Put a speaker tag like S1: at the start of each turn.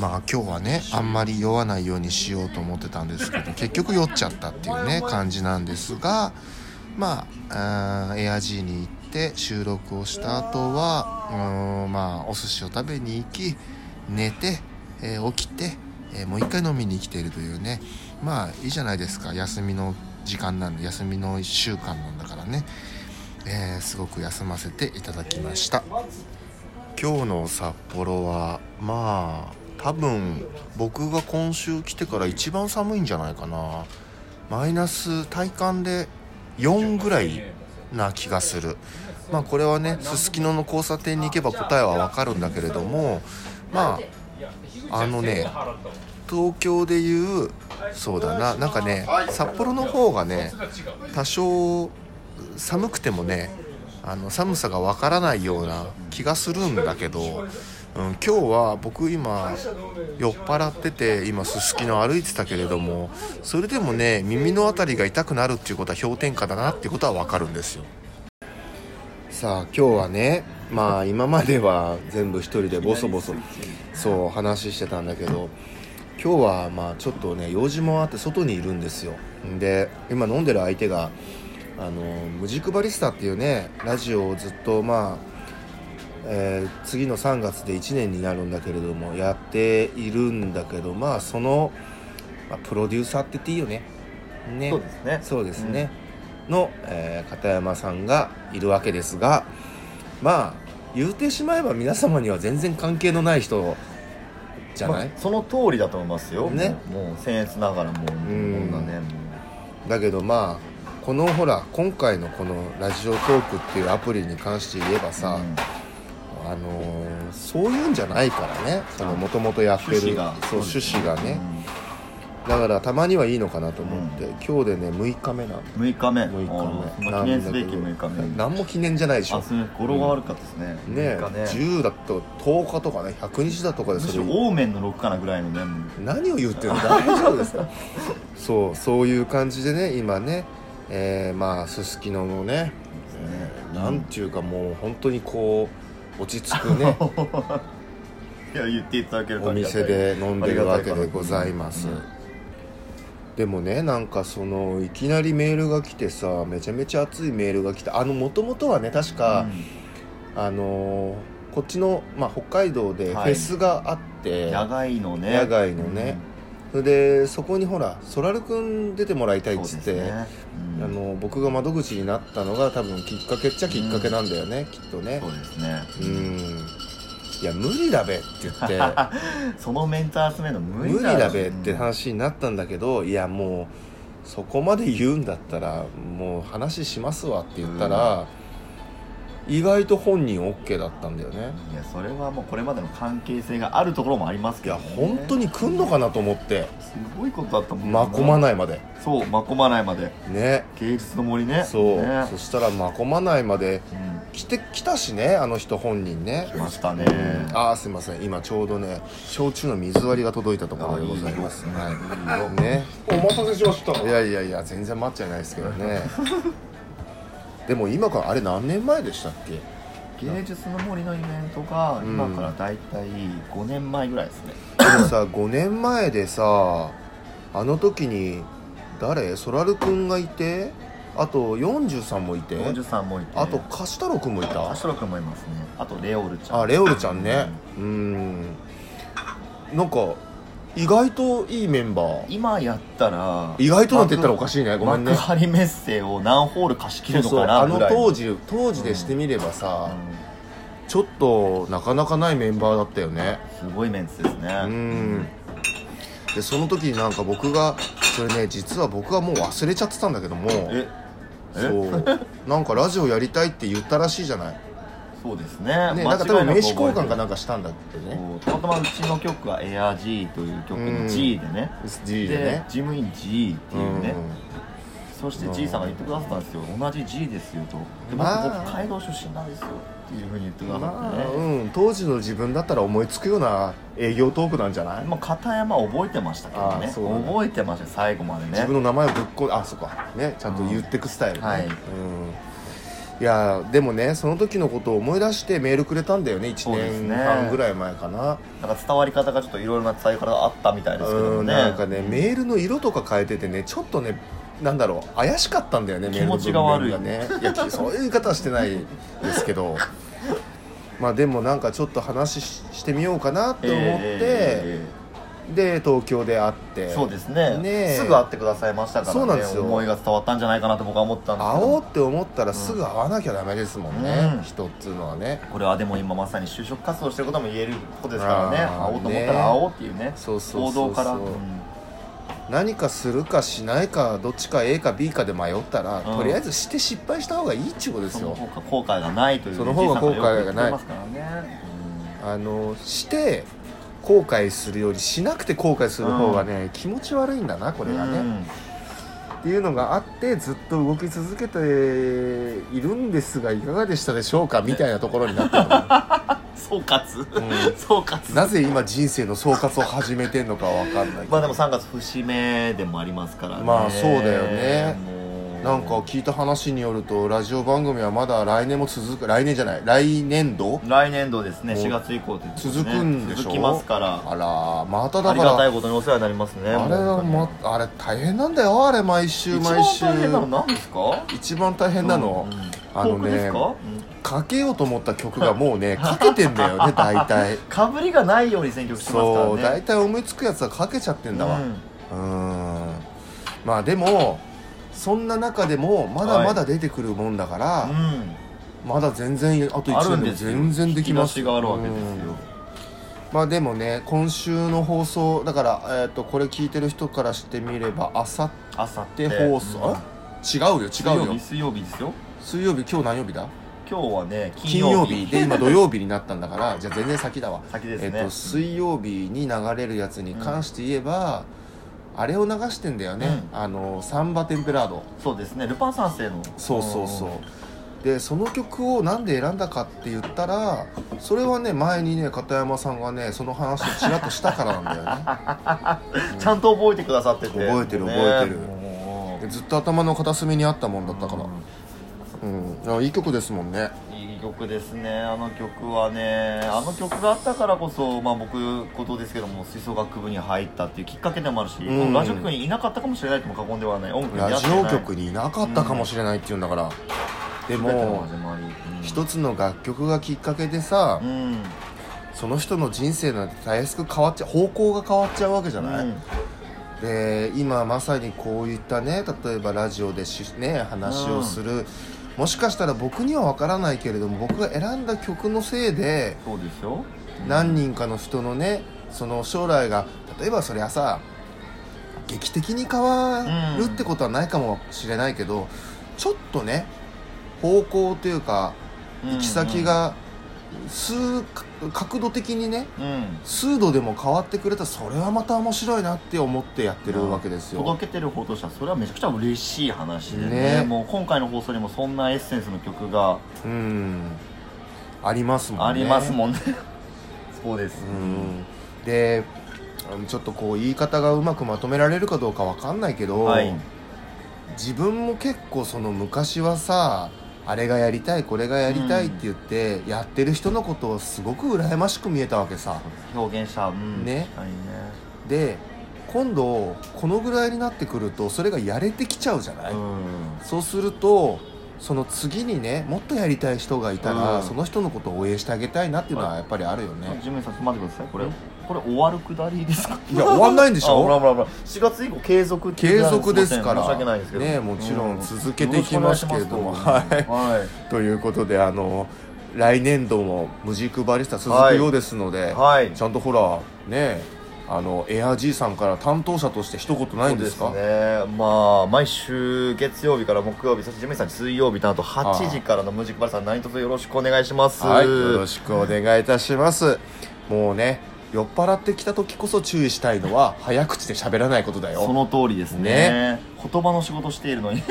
S1: まあ今日はねあんまり酔わないようにしようと思ってたんですけど結局酔っちゃったっていうね感じなんですがまああーエアジーに行って収録をした後はうーんまあお寿司を食べに行き寝て、えー起きて、えーもう一回飲みに来ているというねまあいいじゃないですか休みの時間なんで休みの1週間なんだからね、えーすごく休ませていただきました。今日の札幌はまあ多分僕が今週来てから一番寒いんじゃないかなマイナス体感で4ぐらいな気がするまあこれはねすすきのの交差点に行けば答えはわかるんだけれどもまああのね東京でいうそうだななんかね札幌の方がね多少寒くてもねあの寒さがわからないような気がするんだけど、うん、今日は僕今酔っ払ってて今すすきの歩いてたけれどもそれでもね耳の辺りが痛くなるっていうことは氷点下だなっていうことはわかるんですよ。さあ今日はねまあ今までは全部一人でボソボソそう話してたんだけど今日はまあちょっとね用事もあって外にいるんですよで今飲んでる相手があのムジクバリスタっていうねラジオをずっとまあえー次の3月で1年になるんだけれどもやっているんだけどまあその、まあプロデューサーって言っていいよねね
S2: そうですね
S1: そうですね、の、えー片山さんがいるわけですがまあ言うてしまえば皆様には全然関係のない人じゃない、
S2: まあその通りだと思いますよ
S1: ね
S2: もうもう僭越ながらもうこ
S1: ん
S2: んなねも
S1: だけどまあこのほら今回のこのラジオトークっていうアプリに関して言えば
S2: う
S1: さ、
S2: うん
S1: あのーそういうんじゃないからねそのもともとやってる
S2: 趣旨が
S1: そう趣旨がね、だからたまにはいいのかなと思って、今日でね6日目なんだ
S2: うん6日目
S1: 6
S2: あ
S1: 日
S2: ー
S1: 目
S2: まあ記念すべき
S1: なん
S2: 6
S1: だけど
S2: 日目
S1: 何も記念じゃないでしょ
S2: あすごい語呂が悪かったですね
S1: ね
S2: 6日
S1: 10だと10日とかね100日だとかで
S2: む
S1: そ
S2: し
S1: れ
S2: ろオーメンの6かなぐらいのねもう
S1: 何を言ってるの大丈夫ですかそうそういう感じでね今ねえーまあすすきののね、えーなんていうかもう本当にこう落ち着く ね
S2: いや言っていただけると
S1: お
S2: ありがた
S1: 店
S2: い
S1: で飲んでるわけでございます
S2: うん
S1: でもねなんかそのいきなりメールが来てさめちゃめちゃ熱いメールが来てあのもともとはね確か、あのーこっちの、まあ、北海道でフ
S2: はい
S1: ェスがあっ
S2: う
S1: て、
S2: ん野外のね
S1: 野外のねそれでそこにほらそらるくん出てもらいた
S2: う
S1: い
S2: ん
S1: っ
S2: そう
S1: つっ
S2: です
S1: て、
S2: ねうん
S1: あの僕が窓口になったのが多分きっかけっちゃきっかけなんだよね、きっとね
S2: そうですね
S1: うんいや無理だべって言 って
S2: そのメンター集めるの無
S1: 無
S2: 理
S1: 理
S2: だろ
S1: だべって話になったんだけどいやもうそこまで言うんだったらもう話しますわって言ったら、意外と本人 OK だったんだよね
S2: いやそれはもうこれまでの関係性があるところもあります
S1: い
S2: けど、
S1: や
S2: ね、
S1: 本当に来んのかなと思って
S2: すごいことだったもん
S1: まこま
S2: い
S1: ないまで
S2: そうまこまないまで
S1: ね
S2: 芸術の森ね
S1: そう、
S2: ね
S1: そしたらまこまないまで
S2: うん
S1: 来てきたしねあの人本人ね
S2: 来ましたね
S1: あーすいません今ちょうどね焼酎の水割りが届いたところでございます
S2: あいいですね
S1: はいね
S3: お待たせしました
S1: いやいやいや全然待っちゃいないですけ どねでも今からあれ何年前でしたっけ
S2: 芸術の森のイベントが
S1: うん
S2: 今からだいたい5年前ぐらいですね、
S1: でも さ5年前でさあの時に誰そらるくんがいてあと43もいて
S2: 40さんもいて
S1: あとカシタロくんもいた
S2: アシロ君もいますねあとレオルちゃん
S1: あレオルちゃんねうんなんか意外といいメンバー
S2: 今やったら
S1: 意外となんて言ったらおかしいねごめん
S2: 幕
S1: ね
S2: 張メッセを何ホール貸し切
S1: そう
S2: るの
S1: そう
S2: かな
S1: あ
S2: ぐ
S1: の
S2: らい
S1: 当
S2: 時
S1: 時当時でしてみればさ、ちょっとなかなかないメンバーだったよね
S2: すごいメンツですね
S1: うんでその時になんか僕がそれね実は僕はもう忘れちゃってたんだけども
S2: ええ
S1: そうなんかラジオやりたいって言ったらしいじゃない、ね、
S2: そうですね
S1: なんか多分
S2: 間違
S1: 名
S2: い
S1: 刺交換かなんんかしたんだってね
S2: そうたまたまうちの曲は ARG という曲
S1: うん
S2: の G でね
S1: G でね
S2: 事務員 G っていうねそして
S1: うん
S2: G さんが言ってくださったんですよ同じ G ですよとで僕
S1: まあ
S2: 北海道出身なんですよっていうふうに言って
S1: う
S2: く
S1: ん
S2: ださ
S1: ま
S2: っ
S1: あ
S2: てね
S1: うん当時の自分だったら思いつくような営業トークなんじゃない、
S2: まあ片山覚えてましたけど
S1: あ
S2: ね
S1: そうだね
S2: 覚えてましたよ最後までね
S1: 自分の名前をぶっこあそっかねちゃんと言ってくスタイルね、
S2: はい
S1: うんいやでもねその時のことを思い出してメールくれたんだよね1
S2: そうです
S1: 年
S2: ね
S1: 半ぐらい前かな
S2: なんか伝わり方がちょっといろいろな伝え方があったみたいですけど
S1: う
S2: も
S1: ん
S2: ね
S1: なんかねメールの色とか変えててねちょっとねなんだろう怪しかったんだよね
S2: 気持ちが悪い
S1: メールの文面がねいやきそういう言い方はしてないですけど まあでもなんかちょっと話ししてみようかなって
S2: ええ
S1: 思って、
S2: え
S1: で東京で会って
S2: えそうですね
S1: ねえ
S2: すぐ会ってくださいましたから、ね、
S1: そうなんですよ
S2: 思いが伝わったんじゃないかなと僕は思ったんですけ
S1: 会
S2: ど
S1: おうって思ったらすぐ会わなきゃダメですもんね、
S2: うん
S1: 人っつうのはね
S2: これはでも今まさに就職活動してることも言えることですからね
S1: あー
S2: 会おうと思ったら会おうっていうね
S1: そうそうそうそう
S2: 行動から、うん
S1: 何かするかしないかどっちか A か B かで迷ったら、
S2: うん
S1: とりあえずして失敗した方がいいっちゅうことです
S2: その
S1: よ
S2: 方が後悔がないという
S1: その方が後悔がない
S2: おじいさんからよく言ってますからね、
S1: あのして後悔するよりしなくて後悔する方がね、気持ち悪いんだなこ
S2: こ
S1: れがね、っていうのがあってずっと動き続けているんですがいかがでしたでしょうかみたいなところになってる
S2: 総括、
S1: う
S2: 総括
S1: なぜ今人生の総括を始めてんのかわかんない
S2: まあでも3月節目でもありますからね
S1: まあそうだよね
S2: もう
S1: なんか聞いた話によるとラジオ番組はまだ来年も続く来年じゃない来年度
S2: 来年度ですね
S1: もう
S2: 4月以降ってことで
S1: 続くんでしょ
S2: 続きますから
S1: あらまた
S2: あ
S1: だ
S2: り
S1: か
S2: がたい
S1: ら
S2: ことにお世話になりますね
S1: あれは
S2: もう
S1: まあれ大変なんだよあれ毎週
S2: 一番
S1: 毎週
S2: 大変なの何ですか
S1: 一番大変なの、
S2: うんうん
S1: あの
S2: フォークです
S1: ね
S2: か、
S1: かけようと思った曲がも うねかけてんだよね大体
S2: かぶりがないように選曲しますからね
S1: そう大体思いつくやつはかけちゃってんだわ
S2: う
S1: う
S2: ん
S1: んんまあでもそんな中でもまだまだ出てくるもんだから、
S2: うん
S1: まだ全然あと
S2: ある
S1: 1
S2: ん
S1: 年でも
S2: ですよ
S1: 全然できます
S2: 引き出しがあるわけです
S1: うん
S2: よ
S1: まあでもね今週の放送だから、えー、とこれ聞いてる人からしてみればあさっ
S2: あさって
S1: て放送、あ違うよ違うよ
S2: 水曜日水曜日ですよ
S1: 水曜日今日何曜日だ
S2: 今日はね金
S1: 金曜
S2: 曜日
S1: 日で今土曜日になったんだからじゃあ全然先だわ
S2: 先です
S1: えっ
S2: ね、
S1: と、水曜日に流れるやつに関して言えば、あれを流してんだよね、あのサンバテンペラード
S2: そうですねルパン三世の
S1: そうそうそう、
S2: ん
S1: でその曲をなんで選んだかって言ったらそれはね前にね片山さんがねその話をちらっとしたからなんだよね
S2: ちゃんと覚えてくださってて
S1: 覚えてる
S2: ね
S1: 覚えてる
S2: もう
S1: ずっと頭の片隅にあったもんだったから、
S2: う
S1: うんあいい曲ですもんね
S2: んいい曲ですねあの曲はねあの曲があったからこそ、まあ、僕ことですけども吹奏楽部に入ったっていうきっかけでもあるし、
S1: うん
S2: ラジオ局にいなかったかもしれないとも過言ではない音楽に
S1: ラ
S2: 出会っ
S1: ジ
S2: てない
S1: オ局にいなかったかもしれないっていうんだから、で
S2: 全ての
S1: も
S2: 始まりうん
S1: 一つの楽曲がきっかけでさ、
S2: うん
S1: その人の人生なんて大変変わっちゃう方向が変わっちゃうわけじゃない、
S2: うん
S1: で今まさにこういったね例えばラジオでし、ね、話をする、もしかしたら僕には分からないけれども僕が選んだ曲のせいで
S2: そうですよ
S1: 何人かの人のねその将来が例えばそりゃさ劇的に変わるってことはないかもしれないけど、ちょっとね方向というか行き先、が数角度的にね
S2: うんうんうん
S1: 数度でも変わってくれたらそれはまた面白いなって思ってやってるわけですよ、
S2: 届けてる方としてはそれはめちゃくちゃ嬉しい話でね
S1: ね
S2: もう今回の放送にもそんなエッセンスの曲が
S1: うんありますもんね
S2: あります もんねそうです、
S1: うんであのちょっとこう言い方がうまくまとめられるかどうかわかんないけど、
S2: はい
S1: 自分も結構その昔はさあれがやりたいこれがやりたいって言って、やってる人のことをすごく羨ましく見えたわけさ
S2: 表現者、うん、
S1: ね
S2: 確かにね、
S1: で今度このぐらいになってくるとそれがやれてきちゃうじゃない、
S2: うん
S1: そうするとその次にねもっとやりたい人がいたら、
S2: うん
S1: その人のことを応援してあげたいなっていうのはやっぱりあるよね、
S2: ジムさんちょっと待ってくださいこれこれ終わるくだりですか
S1: いや終わんないんでしょ
S2: あほらほらほら4月以降継続ってい
S1: 継
S2: う
S1: 続ですから
S2: 申し訳ないですけど
S1: ねもちろん続けていきますけれども
S2: よろしくお願いしますはい
S1: ということであの来年度も無軸バリスタ続くようですので、
S2: はい
S1: ちゃんとほらねあのエア G さんから担当者として一言ないんですか
S2: そうですねまあ毎週月曜日から木曜日そしてジムさん水曜日とあと8時からのムジックバルさん何卒よろしくお願いします
S1: はいよろしくお願いいたしますもうね酔っ払ってきた時こそ注意したいのは早口で喋らないことだよ
S2: その通りですね
S1: ね
S2: 言葉の仕事しているのに
S1: ね